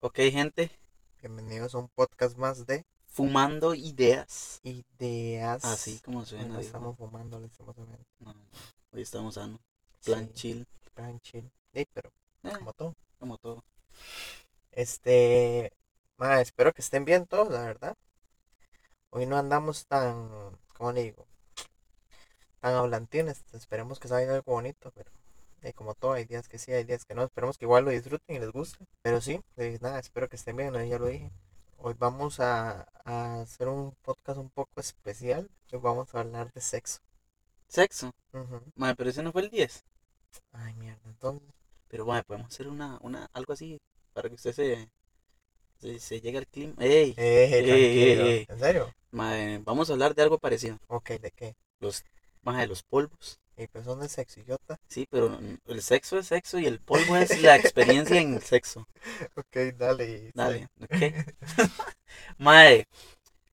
Ok, gente, Bienvenidos a un podcast más de fumando ideas. ideas. Así como No Ah, suena. digo. estamos fumando, le estamos hablando. No, hoy estamos sano. Plan Sí, chill. plan chill. Ey, pero Eh, como todo. como todo. Este, ma, espero que estén bien todos, la verdad. Hoy no andamos tan, ¿cómo le digo? Tan hablantines. Esperemos que salga algo bonito, pero eh, como todo, hay días que sí, hay días que no. Esperemos que igual lo disfruten y les guste. Pero sí, eh, nada, espero que estén bien, eh, ya lo dije. Hoy vamos a, a hacer un podcast un poco especial. Hoy vamos a hablar de sexo. Sexo. Ujú. Madre, pero ese no fue el 10. Ay, mierda, entonces. Pero bueno, podemos hacer una, una, algo así para que usted se, se, se llegue al clima. ¡Ey! Eh, tranquilo. eh, eh. ¿En serio? Madre, vamos a hablar de algo parecido. Ok, ¿de qué? Los, madre, los polvos. Y pues son de sexo, idiota. Sí, pero mm, el sexo es sexo y el polvo es la experiencia en el sexo. Ok, dale. Dale, ok. Mae,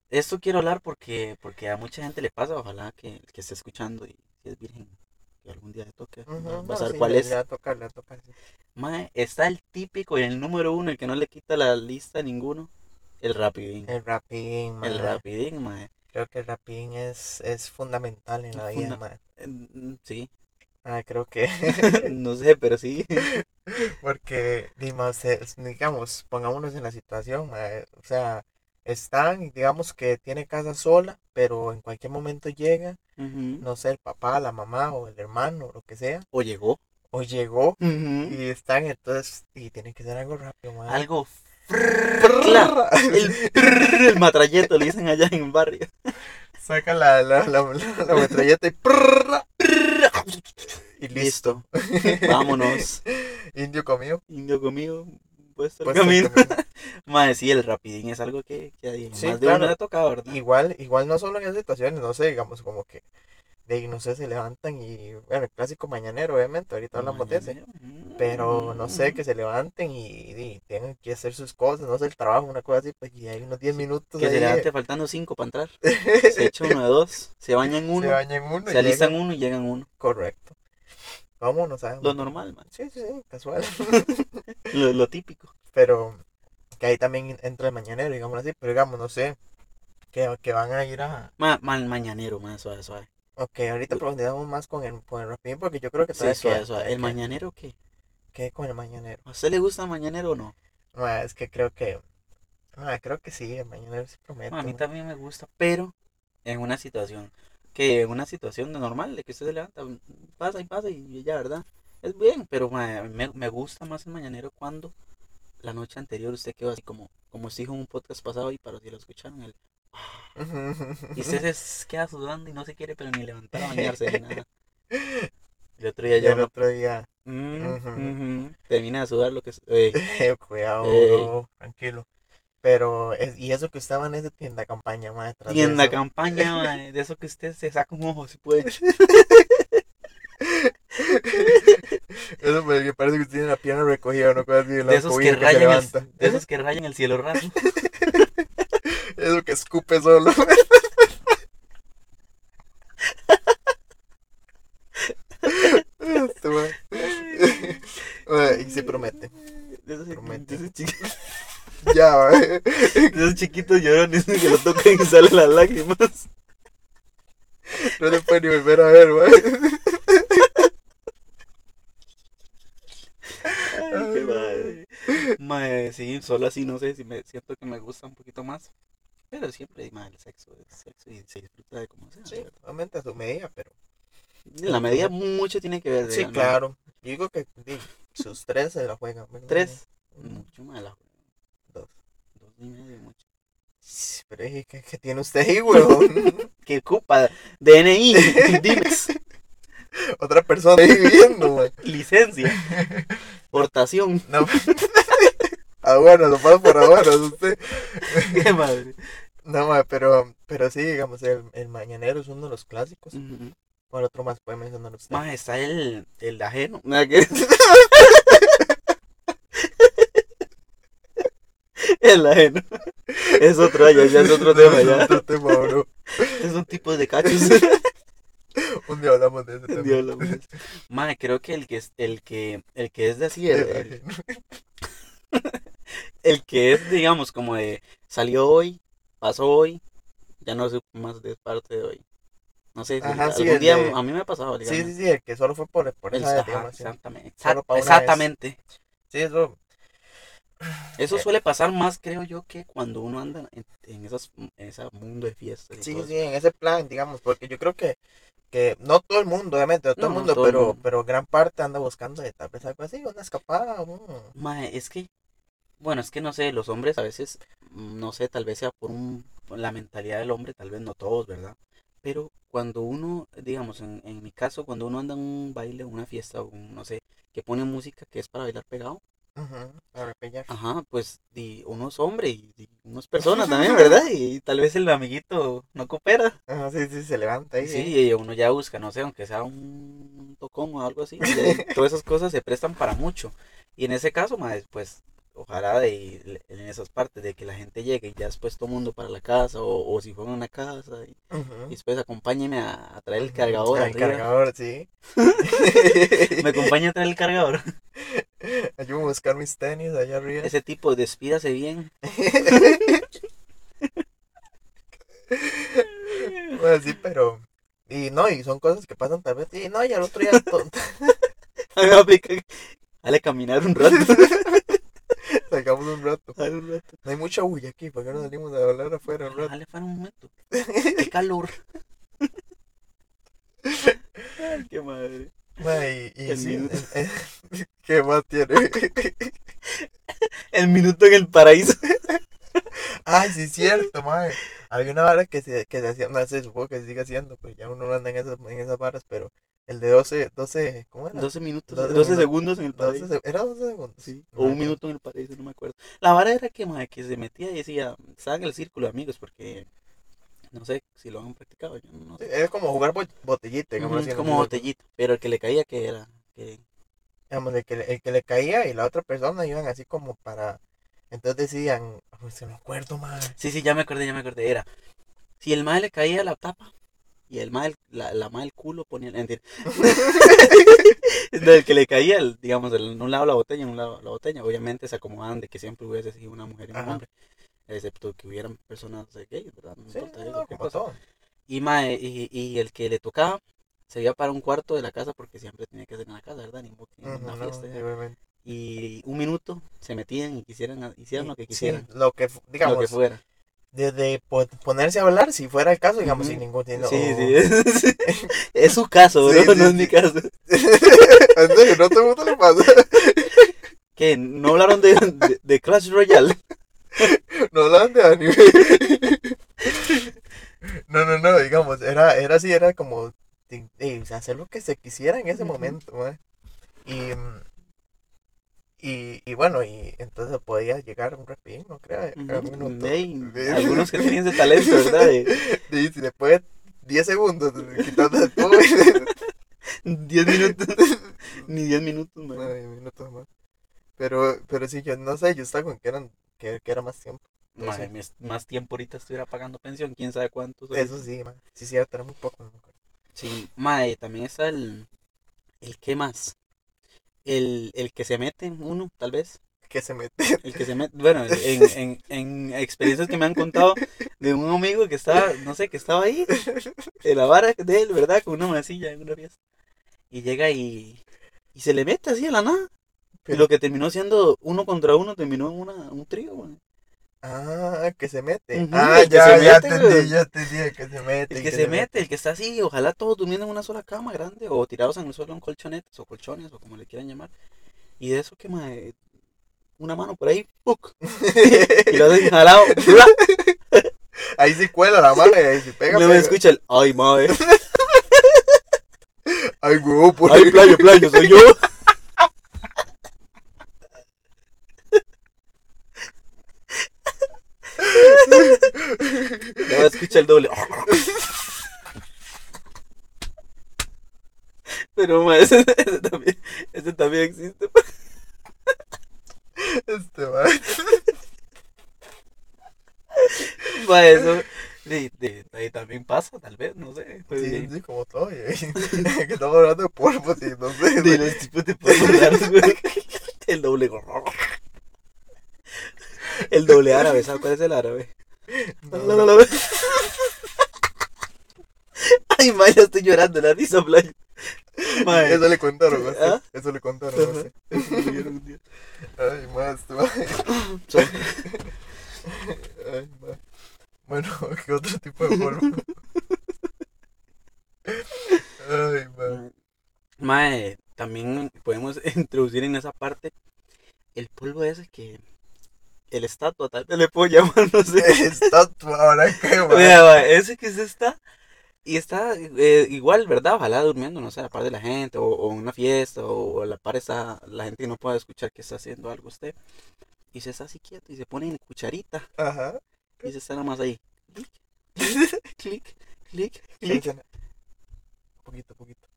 esto quiero hablar porque, porque a mucha gente le pasa, ojalá que el que esté escuchando y si es virgen, que algún día le toque, Ujú, va- no, va a saber sí, cuál le- es. Le va a tocar, le va a tocar. sí. Mae, está el típico y el número uno, el que no le quita la lista a ninguno, el rapidín. El rapidín, El man. rapidín, mae. Creo que el rapidín es, es fundamental en la Es vida, funda- man. Eh, mm, Sí, Ah, creo que. no sé, pero sí. Porque, digamos, es- digamos, pongámonos en la situación, ma, eh, o sea, están, digamos que tiene casa sola, pero en cualquier momento llega, Ujú. no sé, el papá, la mamá o el hermano, lo que sea, O llegó. o llegó Ujú. y ah. están, entonces, y tiene que ser algo rápido, man. Algo. frrrrrrrrra. El, prrrr, el matralleto, le dicen allá en el barrio. Saca la, la, la, la- la metralleta y prrra, y listo. Listo. Vámonos. Indio comido. Indio conmigo. Puesto el puesto camino. en camino. Madre, sí, el rapidín es algo que, que a Sí, más de claro. uno le ha tocado, ¿verdad? Igual, igual no solo en esas situaciones, no sé, digamos como que de ahí, no sé, se levantan y bueno, el clásico mañanero, obviamente, ahorita hablamos de ese. Mañanero. Mm. Pero no sé, que se levanten y, y tengan que hacer sus cosas, no sé, el trabajo, una cosa así, pues y hay unos 10 minutos Que ahí, se eh, levante faltando cinco para entrar. Se echa uno de dos. Se bañan se uno. Se, bañan uno, y alistan llegan. uno y llegan uno. Correcto. Vámonos a... Lo normal, man. Sí, sí, sí, casual. Lo, lo típico. pero que ahí también entra el mañanero, digamos así, pero digamos, no sé, que, que van a ir a... Ma, ma- mañanero, man, suave, suave. Ok, ahorita profundizamos más con el, con el rapidín porque yo creo que Sí, todavía suave, queda, suave. todavía ¿El queda. mañanero qué? ¿Qué con el mañanero? ¿A usted le gusta mañanero o no? Ma, es que creo que. ma, creo que sí, el mañanero sí promete. Ma, a mí ma. también me gusta, pero en una situación que en una situación de normal, de que usted se levanta, mm, pasa y pasa y ya, ¿verdad? Es bien, pero ma, me, me gusta más el mañanero cuando la noche anterior usted quedó así como, como se dijo en un podcast pasado y para si lo escucharon, el, y usted se s- queda sudando y no se quiere pero ni levantar a bañarse ni nada. El otro día Y ya el uno, otro día. mm, Ujú. ujú, termina de sudar lo que es, eh, ey, Cuidado, Ey. bro, tranquilo. Pero, es- y eso que estaba en esa tienda campaña, ma, detrás de tienda eso. campaña, ma, de eso que usted se saca un ojo si puede. Eso me me parece que tiene la pierna recogida, ¿no? Cosa así, la De esos que cobija se rayan el, levanta. de esos que rayan el cielo raso. Eso que escupe solo. Este, ma. Ma, y sí promete. De esos, Promete. de esos chiqui- Ya, ma. de esos chiquitos llorones que lo tocan y salen las lágrimas. No le puede ni volver a ver, ma. Ay, qué madre. Mae, sí, solo así no sé si me siento que me gusta un poquito más. Pero siempre, mae, el sexo es sexo y se disfruta de como sea. Sí, obviamente a su medida, pero. En la medida mucho tiene que ver. Sí, realmente. claro. Yo digo que di, sus tres se la juegan. ¿verdad? Tres, Uno, mucho más. la- Dos. Dos y medio, mucho. Sí, Pero ¿y ¿qué, qué tiene usted ahí, huevón? ¿Qué culpa? DNI, DIMEX, Otra persona ahí viviendo, güey. licencia, portación. No. ah, bueno, lo paso por ahora, usted. Qué madre. No, ma, pero, pero sí, digamos, el, el mañanero es uno de los clásicos. Ujú. ¿Cuál otro más puede mencionar usted? Más está el, el ajeno. Ah, Nada que- el ajeno. Es otro, ya, ya es otro tema. Es Ya. otro tema, bro. Es un tipo de cachos. Un día hablamos de ese tema. Diablo, pues. Mae, creo que el que es, el que, el que es de así, el, el- el que es, digamos, como de salió hoy, pasó hoy, ya no supe más de parte de hoy. No sé, si Ajá, sí, algún el día de- a mí me ha pasado, digamos. Sí, sí, sí, el que solo fue por, por El- esa ajá, digamos, sí. exactamente. Solo Exact- pa' una vez. exactamente. Sí, eso. Eso Eh. suele pasar más, creo yo, que cuando uno anda en, en esas, en ese mundo de fiestas. y Sí, todo sí, en ese plan, digamos, porque yo creo que, que no todo el mundo, obviamente, no todo No, el no mundo, todo el pero, mundo. pero gran parte anda buscando de tal vez algo así, una escapada, un- Mae, es que, bueno, es que no sé, los hombres a veces, mm, no sé, tal vez sea por, un, por la mentalidad del hombre, tal vez no todos, ¿verdad? Pero cuando uno, digamos, en, en mi caso, cuando uno anda en un baile, una fiesta, o un- no sé, que pone música que es para bailar pegado, ujú, arrepellar. ajá, pues di, uno es hombre y, y uno es persona también, ¿verdad? Y, tal vez el amiguito no coopera. Ajá, sí, sí, se levanta ahí. Sí, Sí, y uno ya busca, no sé, aunque sea un tocón o algo así. y ahí todas esas cosas se prestan para mucho. Y en ese caso, mae, pues, ojalá de, en esas partes de que la gente llegue y ya después todo mundo para la casa o, o si fueron a una casa y, y después acompáñenme a, a traer el cargador. El arriba. cargador, sí. Me acompaña a traer el cargador. Ayúdame a buscar mis tenis allá arriba. Ese tipo, despídase bien. Bueno, sí, pero. Y no, y son cosas que pasan tal vez. Y no, y al otro día. to- Dale a caminar un rato. Salgamos un rato. Dale un rato. No hay mucha bulla aquí, ¿por qué no salimos a hablar afuera un rato? Dale para un momento. Qué calor. Ay, qué madre. Ma, y, y El sí, minuto. eh, eh, ¿Qué más tiene? El minuto en el paraíso. Ay, Ah, sí, es cierto, madre. Había una vara que se, que se hacía, no sé, supongo que se sigue haciendo, pues ya uno no anda en esas, en esas varas, pero el de 12, 12, ¿cómo era? 12 minutos, 12, 12 minutos. segundos en el 12 paraíso. se- era 12 segundos. Sí, No o un me acuerdo. minuto en el paraíso, no me acuerdo. La vara era que, mae, que se metía y decía, salgan el círculo, amigos, porque no sé si lo han practicado, yo no sé. Era como jugar bo- botellita, digamos Ujú, así, es en como el- botellita, pero el que le caía que era, que Digamos, el que, le- el que le caía y la otra persona iban así como para. Entonces decían, pues se me acuerdo, madre. Sí, sí, ya me acordé, ya me acordé. Era, si el mae le caía la tapa y el mae, la, la mae el culo ponía, es decir, del que le caía, el- digamos, del- en un lado la botella, en un lado la botella. Obviamente se acomodaban de que siempre hubiese sido una mujer y un Ajá. hombre, excepto que hubieran personas eh, gays, ¿verdad? No Sí, importa no, eso, como qué cosa. todo. Y, mae, y, y el que le tocaba se iba para un cuarto de la casa porque siempre tenía que ser en la casa, ¿verdad? Ni modo que en Ujú, una no, fiesta. sí, obviamente. Y un minuto se metían y quisieran, hicieran lo que Sí, quisieran, lo que, fu- digamos, lo que fuera. desde po- ponerse a hablar, si fuera el caso, digamos, Ujú. sin ningún sin- Sí, o- sí, es, es su caso, Sí, bro, sí, no es sí. mi caso. En serio, no te gusta le pasa. Que no hablaron de, de, de Clash Royale. No hablan de anime. No, no, no, digamos, era, era así, era como ti- eh, o sea, hacer lo que se quisiera en ese Ujú. momento, mae. Y, mm, y, y bueno, y entonces podía llegar un rapín, no creo, a un Ujú, minuto. ey, algunos que tenían ese talento, ¿verdad? De Y si después 10 segundos quitando el tubo, 10 minutos, ni 10 minutos, man. Nueve minutos más. Pero, pero sí, yo no sé, yo estaba con que eran, que, que era más tiempo. Pero Mae, sí. mis- más tiempo ahorita estuviera pagando pensión, quién sabe cuántos. Eso sí, man. Sí, cierto, era muy poco. no me acuerdo. Sí, mae, también está el, el qué más. El, el que se mete, uno, tal vez. Que se mete. El que se mete, bueno, en, en, en experiencias que me han contado de un amigo que estaba, no sé, que estaba ahí, en la vara de él, ¿verdad? Con una masilla en una fiesta. Y llega y, y se le mete así a la nada. Y Pero- lo que terminó siendo uno contra uno terminó en una, un trío, güey. Ah, que se mete. Ujú, Ah, el que ya, se ya mete, entendí, güey. ya entendí, el que este. se mete. El que se mete, el que está así, ojalá todos durmiendo en una sola cama grande o tirados en el suelo en colchonetes o colchones o como le quieran llamar. Y de eso que mae, una mano por ahí, ¡puc! y lo hacen jalado, ¡bla! Ahí sí cuela la mano y ahí sí pega. luego pega. escucha el, ay madre, Ay, huevo, por ay playo, playo, soy yo. luego escucha el doble. Pero mae, ese, ese también, ese también existe. Este, man. Mae, eso de, de- de- también pasa, tal vez, no sé. pues, Sí, de- sí, como todo. y- Que estamos hablando de polvo, sí, no sé. de los tipos de populares, güey. El doble gorro. El doble árabe, ¿sabes cuál es el árabe? No, La, la, la, la. Ay, ma, ya estoy llorando la risa, Blay. Ma, eh. Eso le contaron, ¿no? ¿Ah? Eso le contaron, Ajá. no sé. Ay, más, este, ma. Son- Ay, ma. Bueno, ¿qué otro tipo de polvo? Ay, ma. Mae, eh, también podemos introducir en esa parte el polvo ese que el estatua tal vez le puedo llamar, no sé. Estatua, ahora qué, ma. Vea, mae, ese que se está y está eh, igual, ¿verdad? Ojalá durmiendo, no sé, a la par de la gente o, o en una fiesta o, a la par está la gente que no pueda escuchar que está haciendo algo usted. Y se está así quieto y se pone en cucharita Ajá. y se está nada más ahí. Clic, clic, clic, clic. Funciona. Poquito, poquito.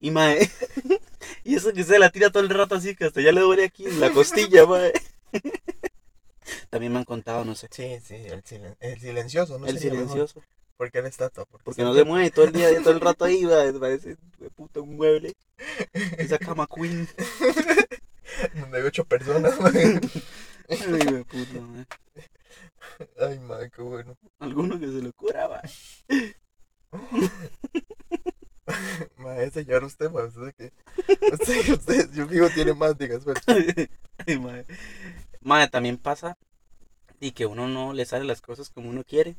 Y mae, y eso que usted la tira todo el rato así que hasta ya le duele aquí en la costilla, mae. También me han contado, no sé. Sí, sí, el, silen- el silencioso, ¿no? el sería mejor? silencioso, ¿Por qué la estatua? porque no se mueve todo el día, todo el rato ahí, mae, parece de puta un mueble. Esa cama queen. Donde hay ocho personas, ma. Ay, de puta, mae. Ay, ma, qué bueno. Alguno que se lo cura, mae. Ma, ese ya era usted, ma. Usted que. Usted, usted, yo digo, tiene más, diga, suerte. Ay, mae. Mae, también pasa y que uno no le sale las cosas como uno quiere,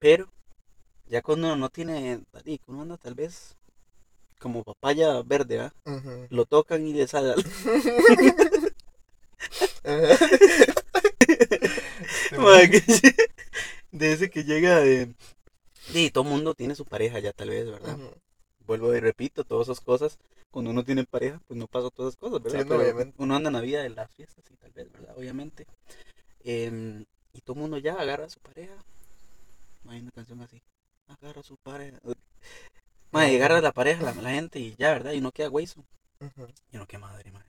pero ya cuando no tiene, y que uno anda tal vez como papaya verde, ¿ah? Ujú. lo tocan y le sale algo. Sí, Mae, que lle- de ese que llega de... Y todo mundo tiene su pareja ya tal vez, ¿verdad? Ujú. Vuelvo y repito, todas esas cosas, cuando uno tiene pareja, pues no pasa todas esas cosas, ¿verdad? Sí, no, Pero obviamente. Uno anda en la vida de las fiestas y tal vez, ¿verdad? Obviamente. Em, y todo mundo ya agarra a su pareja. No Hay una canción así. Agarra a su pareja. Madre, agarra a la pareja, la, la gente y ya, ¿verdad? Y no queda güey. Ujú. Y no, qué madre, madre.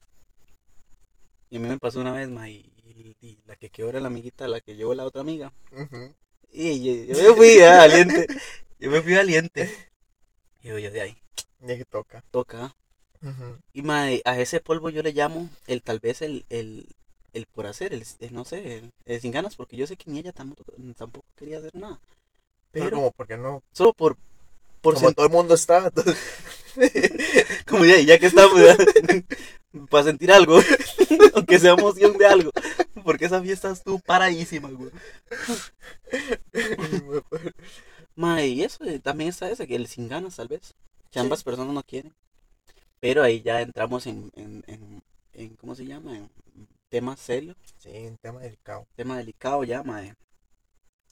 Y a mí me pasó una vez, ma, y, y- y la que quedó era la amiguita, la que llevó la otra amiga. Ujú. Y yo, yo me fui ah, valiente. Yo me fui valiente. Y yo, yo de ahí, Ya que toca. toca. ah. Ujú. Y mae, a ese polvo yo le llamo el tal vez el, el, el por hacer, el, el no sé, el, el sin ganas, porque yo sé que ni ella tampoco, tampoco quería hacer nada. Pero, Pero como, ¿por qué no? solo por, por como sen- todo el mundo está. entonces- como ya, ya que estamos, para sentir algo, aunque sea emoción de algo, porque esa fiesta estuvo paradísima, güey. Mae, y eso eh, también está ese, que el sin ganas tal vez, que Sí. ambas personas no quieren. Pero ahí ya entramos en, en, en, en ¿cómo se llama? En temas serios, sí, un tema delicado. tema delicado ya, mae.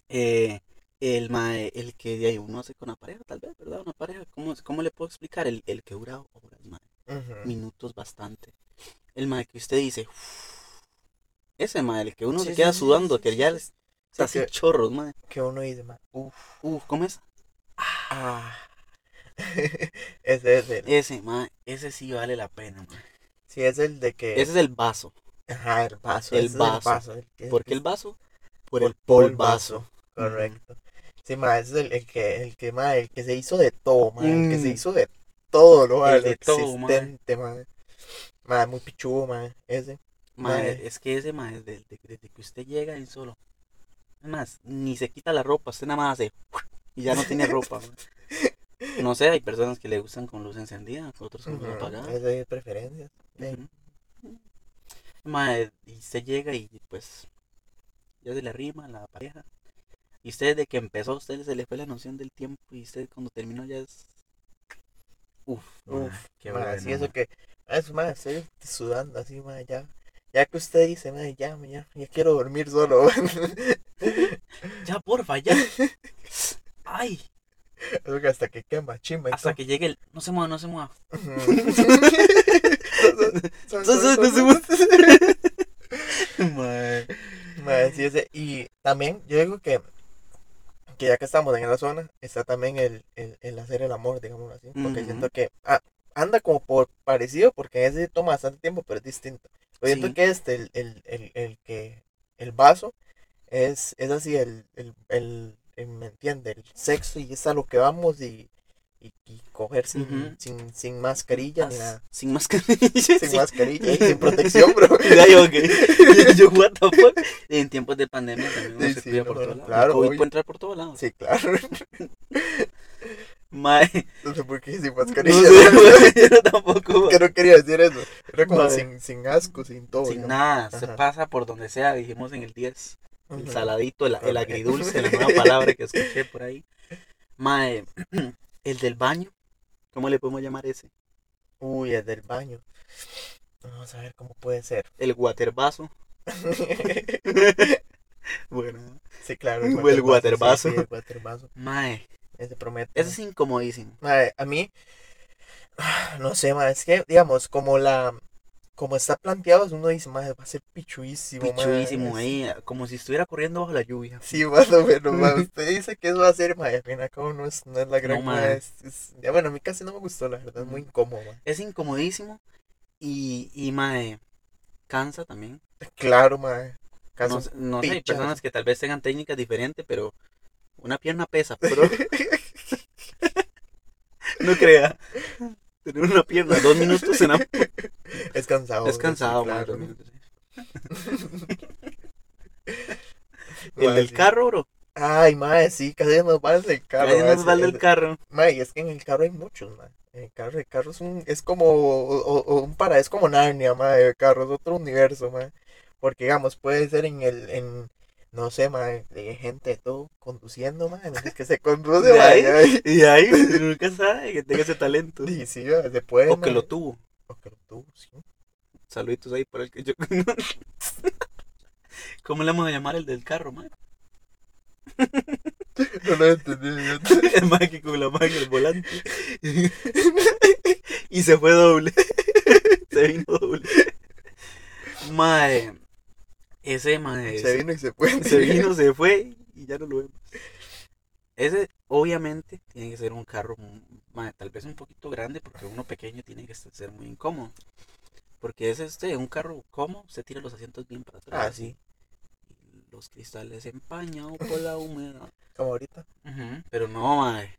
Eh, el mae, el que de ahí uno hace con la pareja, tal vez, ¿verdad? Una pareja, ¿cómo, cómo le puedo explicar? El, el que dura horas, mae, Ujú. minutos bastante. El mae que usted dice, "Uf". ese mae, el que uno se Sí, queda sí, sí, sudando, sí, que sí, ya sí, es sí. así que- chorros, mae. Que uno dice, ma. Uf, uf, ¿cómo es? Ah. ese es el. Ese, mae, ese sí vale la pena, mae. Sí, es el de que. Ese es el vaso. Ajá, el vaso. El ese es vaso. el que- ¿Por qué el vaso? Por Por el polvazo. Ujú. Correcto. Sí, ma, ese es el, el que, el que, ma, el que se hizo de todo, ma, el que se Mm. hizo de todo lo, El lo de todo, ma. existente, ma. Ma, muy pichudo, ma, ese. Mae, Mae. es que ese mae, desde, desde- desde que usted llega en solo. Es más, ni se quita la ropa, usted nada más hace. Y ya no tiene ropa. mae. No sé, hay personas que le gustan con luz encendida, otros con luz Ujú, apagada. Ese es preferencia. eh. este. Ujú. Mae, y usted llega y pues. Ya se le arrima a la pareja. Y usted desde que empezó, a usted se le fue la noción del tiempo. Y usted cuando terminó ya es. Uf, mae, Uf, qué ma, bueno, sí, eso mae. que, ah, eso, ma, estoy sudando así, ma, ya. Ya que usted dice, ma, ya, ma, ya, ya quiero dormir solo. Ya, porfa, ya. Ay, Eso que hasta que quema, chimba y hasta todo. que llegue el. No se mueva, no se mueva. Son, son, son, son. Mae. Mae, sí, ese- Y también, yo digo que, que ya que estamos en la zona, está también el, el, el hacer el amor, digamos así. Porque Ujú. siento que ah, anda como por parecido, porque ese toma bastante tiempo, pero es distinto. Yo siento Sí. que este, el, el, el, el que, el vaso, eh, es, es así, el, el, el, el- ¿me entiende? El sexo y es a lo que vamos y, y, y coger sin, Ujú. sin, sin mascarilla ni nada. Sin mascarilla. Sin sí. mascarilla y sin protección, bro. Y de ahí, ok. Yo, what the fuck. En tiempos de pandemia también uno Sí, se sí, cuida no, por no, todos lados. claro, el COVID obvio. puede entrar por todos lados. Sí, claro. Mae, No sé por qué no sin mascarilla. sé, mae, yo tampoco. que no quería decir eso. Era como Madre. sin, sin asco, sin todo. Sin ¿no? nada, se Ajá. pasa por donde sea, dijimos en el 10. El Ujú. saladito, el, el Ok. agridulce, la nueva palabra que escuché por ahí. Mae, el del baño, ¿cómo le podemos llamar ese? Uy, es del baño. Vamos a ver cómo puede ser. El watervaso. Bueno. sí, claro. O el watervaso. watervaso, sí, sí, el watervaso. Mae, Ese promete. eso es incomodísimo. Mae, a mí, no sé, mae, es que, digamos, como la, como está planteado, uno dice, mae, va a ser pichuísimo, eh, mae, Pichuísimo es- ahí, como si estuviera corriendo bajo la lluvia. Sí, más o menos, mae, usted dice que eso va a ser, mae, al fin y al cabo no es, no es la No, gran Mm. cosa, mae. es- es- ya, bueno, a mí casi no me gustó, la verdad, es muy incómodo, mae. Es incomodísimo y, y mae, cansa también. Claro, mae, casi No, un- sé- no sé, hay pichazo. personas que tal vez tengan técnicas diferentes, pero una pierna pesa, pero no crea. Tener una pierna, dos minutos en la- es cansado, es Ah, sí, cansado, mae, claro. dos minutos. El Mae, del sí. carro, bro. Ay, mae, sí, casi nos va el del carro, Ahí mae, nos va el sí, del carro. Mae, y es que en el carro hay muchos, mae. En el carro, el carro es un, es como o- o- o un para, es como Narnia, mae. El carro es otro universo, mae. Porque digamos, puede ser en el, en, no sé, mae, de gente de todo conduciendo, mae. no sé, que se conduce, De mae. ahí. ay. Y ahí nunca sabe que tenga ese talento. Sí, sí, mae, se puede, O que mae. lo tuvo. O que lo tuvo, sí. Saluditos ahí para el que yo. ¿Cómo le vamos a llamar el del carro, mae? No lo entendí, yo te- El mae que con la mano en el volante. y se fue doble. se vino doble. Mae. Ese mae. Se vino y se fue. se vino, se fue y ya no lo vemos. Ese, obviamente, tiene que ser un carro, mae, tal vez un poquito grande, porque uno pequeño tiene que ser muy incómodo. Porque ese este, un carro cómodo, se tira los asientos bien para atrás. Ah, sí. y Los cristales empañados por la humedad. Como ahorita. Ujú, Pero no, mae.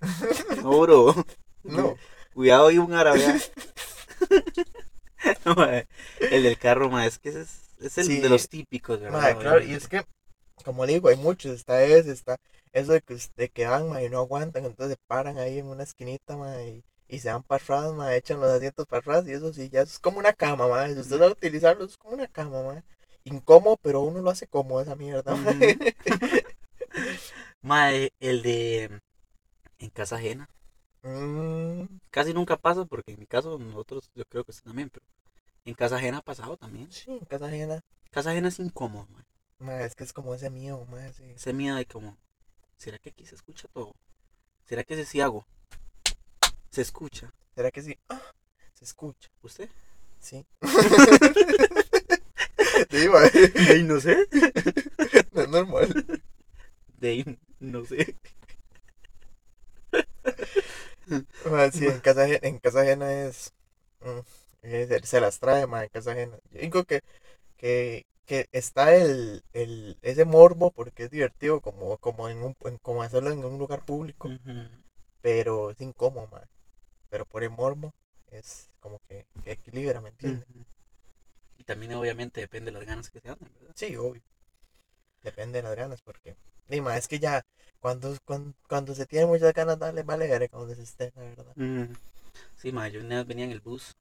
No, bro. No. Cuidado y un árabe. No, mae. El del carro, mae, es que ese es, es el Sí. de los típicos, ¿verdad? Mae, claro, y Obviamente. es que, como le digo, hay muchos, está ese, está eso de que, de que van, mae, y no aguantan, entonces se paran ahí en una esquinita, mae, y, y se van para atrás, mae, echan los asientos para atrás, y eso sí, ya es como una cama, mae, si usted va a utilizarlo, es como una cama, mae, incómodo, pero uno lo hace cómodo esa mierda, mae. Mae, eh, el de en casa ajena. Mm, Casi nunca pasa porque en mi caso nosotros, yo creo que usted también, pero en casa ajena ha pasado también. sí, en casa ajena, Casa ajena es incómodo, mae. mae, es que es como ese mío, mae, sí. Ese miedo de como, ¿será que aquí se escucha todo? ¿Será que ese sí hago? ¿Se escucha? ¿Será que sí? Ah, se escucha, ¿Usted? sí. Sí, mae, De ahí no sé. no es normal. De ahí no sé. Ma, sí, en casa, aje- en casa ajena es, mm, eh, se, se las trae, ma, en casa ajena. Yo digo que, que, que está el, el, ese morbo porque es divertido como, como, en un, en- como hacerlo en un lugar público, pero es incómodo, ma. Pero por el morbo es como que, que equilibra, ¿me entiendes? Y también obviamente depende de las ganas que se anden, ¿verdad? Sí, obvio. Depende de las ganas, porque, di, ma, es que ya, cuando, cuando, cuando se tiene muchas ganas, dale, vale, verga donde se esté, la verdad. Sí, mae, yo una vez venía en el bus.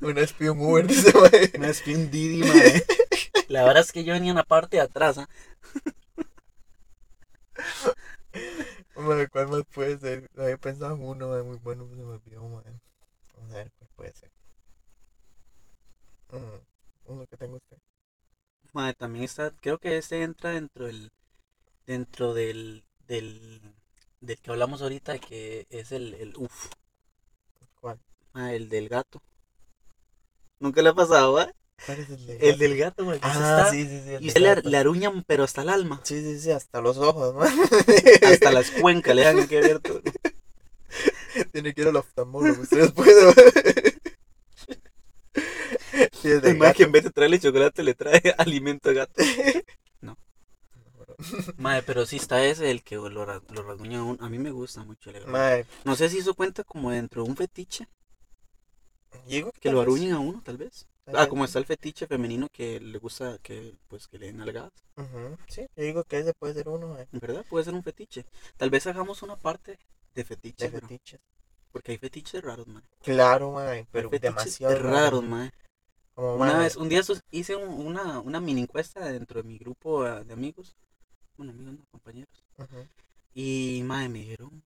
Una vez pidió un Uber, dice, ma. Una vez fui un Didi, mae. La verdad es que yo venía en la parte de atrás, ¿ah? Madre, ¿cuál más puede ser? Había pensado en uno, madre, muy bueno, pero se me olvidó, madre. Vamos a ver cuál puede ser. Mm, uno que tengo este. usted. Mae, también está, creo que este entra dentro del, dentro del, del, del que hablamos ahorita, que es el, el uff, ¿Cuál? el del gato. Nunca le ha pasado, ¿ah? ¿Cuál es el de El del gato, mae. que usted Ah, está- sí, sí, sí. el Y del usted le, gato. le aruñan, pero hasta el alma, Sí, sí, sí, hasta los ojos, madre. hasta las cuencas le dan aquí abierto. Tiene que ir al oftalmólogo, ustedes pueden. madre. Sí, el Es del más que gato. en vez de traerle chocolate le trae alimento de gato. Mae, pero sí está ese, el que lo, ra- lo rasguña a un- A mí me gusta mucho el agarrón. Mae, No sé si eso cuenta como dentro de un fetiche, digo que tal lo vez- aruñen a uno, tal vez. tal Ah, vez- como está el fetiche femenino que le gusta que, pues, que le den algadas. Ujú, Sí, yo digo que ese puede ser uno mae, ¿Verdad? Puede ser un fetiche. Tal vez hagamos una parte de fetiches, de bro, fetiches. porque hay fetiches raros, mae. Claro, mae, pero hay fetiches demasiado raro. raros, mae. Como, Una mae, vez, un día estos hice un- una, una mini encuesta dentro de mi grupo eh, de amigos. Bueno, amigos, no, compañeros. ujú, Y, mae, me dijeron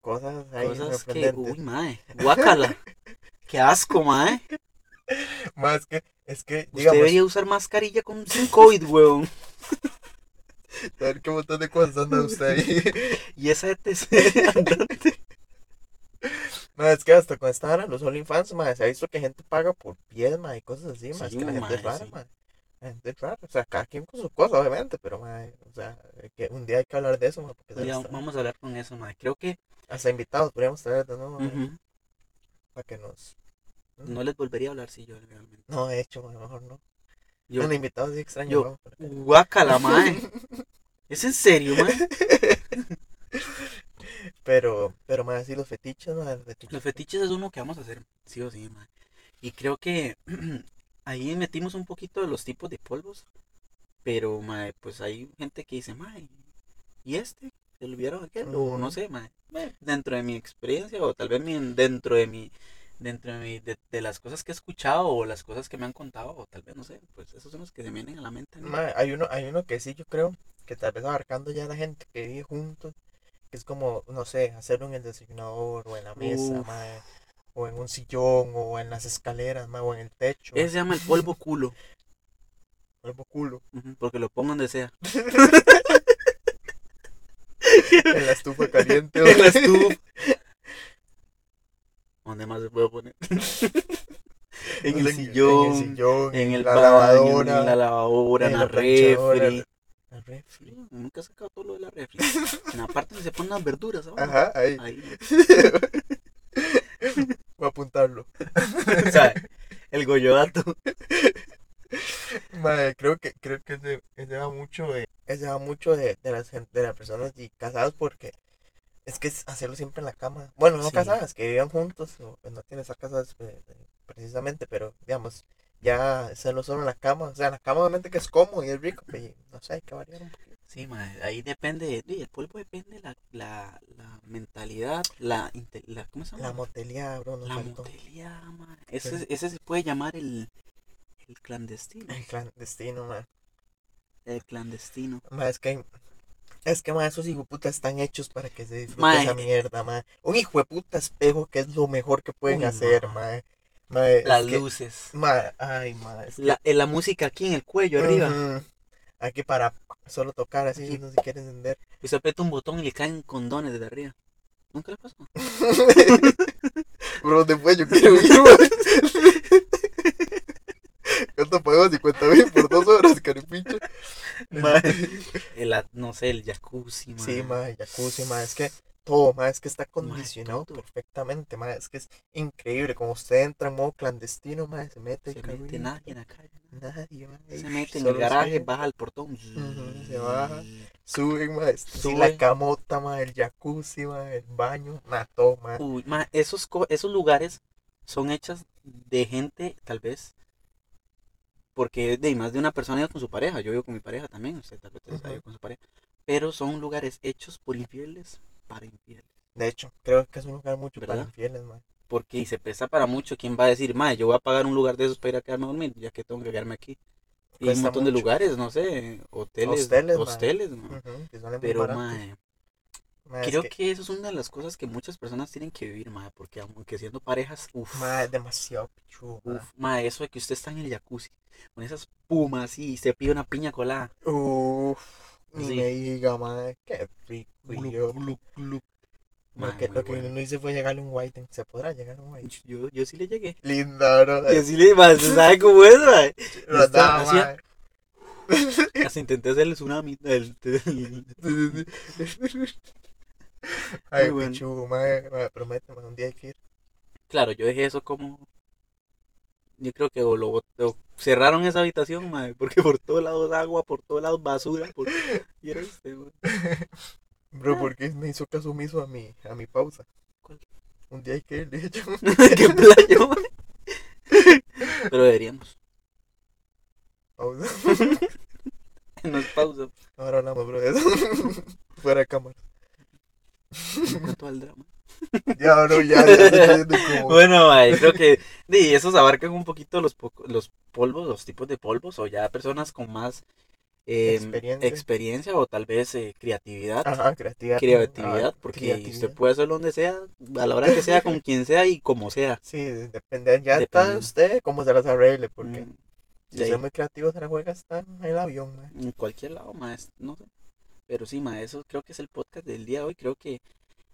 Cosas ahí cosas que, sorprendentes. uy, mae, guácala. Qué asco, mae. Mae, es que, es que, Usted digamos, debería usar mascarilla con sin COVID, weón. a ver qué montón de cosas anda usted ahí. Y esa ETC andante. No, es que hasta con esta hora los OnlyFans, madre, se ha visto que gente paga por pies, madre, y cosas así, madre, es Sí, que la gente es mae, rara, sí. madre. La gente es rara, o sea, cada quien con sus cosas, obviamente, pero, madre, o sea, que un día hay que hablar de eso, madre, porque se Ya, los tra- Vamos a hablar con eso, mae. Creo que hasta invitados podríamos traer de nuevo, mae, ujú, para que nos... no les volvería a hablar si yo realmente. No, de hecho, bueno, mejor no. Yo, Bueno, invitados sí extraño, yo- ¿no? Porque- guácala, mae. ¿Es en serio, mae? Pero, pero, madre, sí, los fetiches, madre, los fetiches. Los fetiches es uno que vamos a hacer, sí o sí, mae. Y creo que ahí metimos un poquito de los tipos de polvos. Pero, mae, pues hay gente que dice, mae, ¿y este? ¿Se lo vieron aquel? O no Ujú. sé, mae. Bueno, Dentro de mi experiencia, o tal vez mi- dentro de mi. Dentro de, mi- de, de las cosas que he escuchado o las cosas que me han contado, o tal vez, no sé, pues esos son los que se me vienen a la mente. ¿no? Mae, hay uno, hay uno que sí, yo creo, que tal vez abarcando ya a la gente que vive juntos, que es como, no sé, hacerlo en el designador, o en la mesa, Uf. mae, o en un sillón, o en las escaleras, mae, o en el techo, Ese se llama el polvo culo, polvo culo, ujú, porque lo pongo donde sea. en la estufa caliente, En la mae. estufa. ¿Dónde más se puede poner? en, el sillón, en el sillón, en el la baño, lavadora, en la lavadora, en en la la planchadora, refri. la refri. Sí, Nunca he sacado todo lo de la refri. En la parte donde se ponen las verduras, ¿sabes? Ajá, ahí, Ahí. voy a apuntarlo. O sea, el goyodato. Mae, creo que, creo que ese, ese va mucho de, ese va mucho de, de las, gen- de las personas y casadas porque es que es hacerlo siempre en la cama. Bueno, no Sí. casadas, que vivían juntos, o- pues, no tiene estar casadas eh, eh, precisamente, pero digamos, ya hacerlo solo en la cama. O sea, en la cama obviamente que es cómodo y es rico, pero no sé, hay que variar un poquito. Sí, mae, ahí depende, y el polvo depende la, la, la mentalidad, la, inte- la, ¿cómo se La llama? motelía, bro, nos La, faltó. motelidad, mae. Ese, ese se puede llamar el, el clandestino. El clandestino, man. El clandestino. Ma, es que, es que, ma, esos hijueputas están hechos para que se disfrute Ma, esa eh. mierda, ma. Un hijueputa espejo que es lo mejor que pueden Uy, hacer, ma. ma. Ma, es Las que- luces. ma, ay, ma, es que- La, eh, la música aquí en el cuello, arriba. Ujú. Aquí para solo tocar así, Aquí. no se quiere encender. Y se aprieta un botón y le caen condones desde arriba. ¿Nunca le pasó? Bro, después yo quiero ir, ma. ¿Cuánto pagamos? 50 mil por dos horas, Este, caripinche. El, a- no sé, el jacuzzi, mae. Sí, ma, jacuzzi, ma, es que todo, ma, es que está condicionado todo. perfectamente, ma, es que es increíble, como usted entra en modo clandestino, ma, se mete, Se cabrón, mete nadie en la calle. nadie, ma, Se y mete en el solo usted, garaje, baja al portón. Ujú, se baja. suben, ma, es- sí, Sube. la camota, ma, el jacuzzi, ma, el baño, ma, todo, ma, Uy, mae, esos, co- esos lugares son hechas de gente, tal vez, porque de más de una persona vive con su pareja. Yo vivo con mi pareja también, usted tal vez Ujú. vive con su pareja. Pero son lugares hechos por infieles para infieles. de hecho, creo que es un lugar mucho para ¿Verdad? infieles, ma, Porque y se presta para mucho. ¿Quién va a decir, mae, yo voy a pagar un lugar de esos para ir a quedarme a dormir? Ya que tengo que quedarme aquí. Y hay un Cuesta montón de mucho. lugares, no sé, hoteles. Hosteles, Hosteles, mae. ¿no? Ujú, que salen muy Pero, baratos, mae, ma, es creo que, que eso es una de las cosas que muchas personas tienen que vivir, mae, porque aunque siendo parejas, uff, ma, es demasiado pichudo, ma. uff, mae, eso de que usted está en el jacuzzi, con esas pumas y se pide una piña colada. Uf, ni Sí. me diga, ma, qué rico, y yo, gluc, gluc, gluc. Lo Mae, que, muy lo que bueno. no hice fue llegarle un whiting. ¿Se podrá llegar un whiting? yo, yo sí le llegué. Linda, bro. Yo sí le, mae, ¿se sabe cómo es, mae? Lo andaba, hacía- mae. Hasta intenté hacer el tsunami. el- el- Ay, Muy bueno. pichu, mae. mae, Prométeme, un día hay que ir. Claro, yo dejé eso como yo creo que o lo bot- o cerraron esa habitación, mae, porque por todos lados agua, por todos lados basura. Por... Y era este, mae. Bro, ¿por qué me hizo caso omiso a mi, a mi pausa? Ah. ¿Cuál? Un día hay que ir, de hecho. ¡Qué playo, mae! Pero deberíamos. Pausa. No es pausa. pues, Ahora hablamos, bro, de eso. Fuera de cámara. Cuento al drama. Ya, bro, ya, ya estoy cayendo como- Bueno, mae, creo que di, esos abarcan un poquito los, po- los polvos, los tipos de polvos, o ya personas con más eh, Experiencia. experiencia o tal vez eh, creatividad. Ajá, creatividad. creatividad, Ah, porque creatividad. usted puede hacerlo donde sea, a la hora que sea, con quien sea y como sea. Sí, depende. Ya está Depende. usted cómo se las arregle, porque Mm, si de ahí, usted es muy creativo, se la juega hasta en el avión, man. En cualquier lado, más, no sé. Pero sí, ma, eso creo que es el podcast del día de hoy. Creo que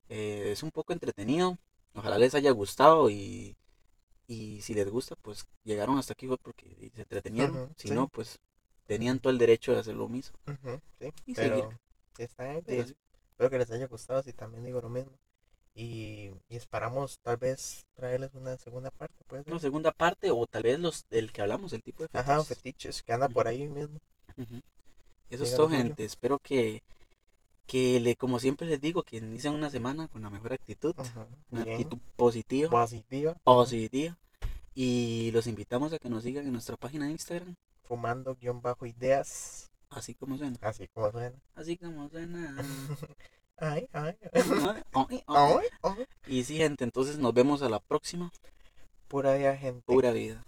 eh, es un poco entretenido. Ojalá les haya gustado y, y si les gusta, pues llegaron hasta aquí fue porque se entretenieron. Ujú, si sí. no, pues tenían todo el derecho de hacer lo mismo. Ujú, sí, Y pero seguir. sí, está bien, Pero sí, sí, espero que les haya gustado, si también digo lo mismo. Y, y esperamos tal vez traerles una segunda parte, puede ser. Una segunda parte o tal vez los el que hablamos, el tipo de Ajá, o fetiches. fetiches, que anda por ahí mismo. Ujú. Eso es Llega todo, lo suyo. gente. Espero que, que le, como siempre les digo, que inician una semana con la mejor actitud, Ajá, una Ah, bien, actitud positiva, positiva, positiva. Y los invitamos a que nos sigan en nuestra página de Instagram, fumando guión bajo ideas, así como suena. así como suena. Así como suena. Ay, ay, Ay, ay. ay, ay. Y sí, gente, entonces nos vemos a la próxima Pura vida, gente. pura vida.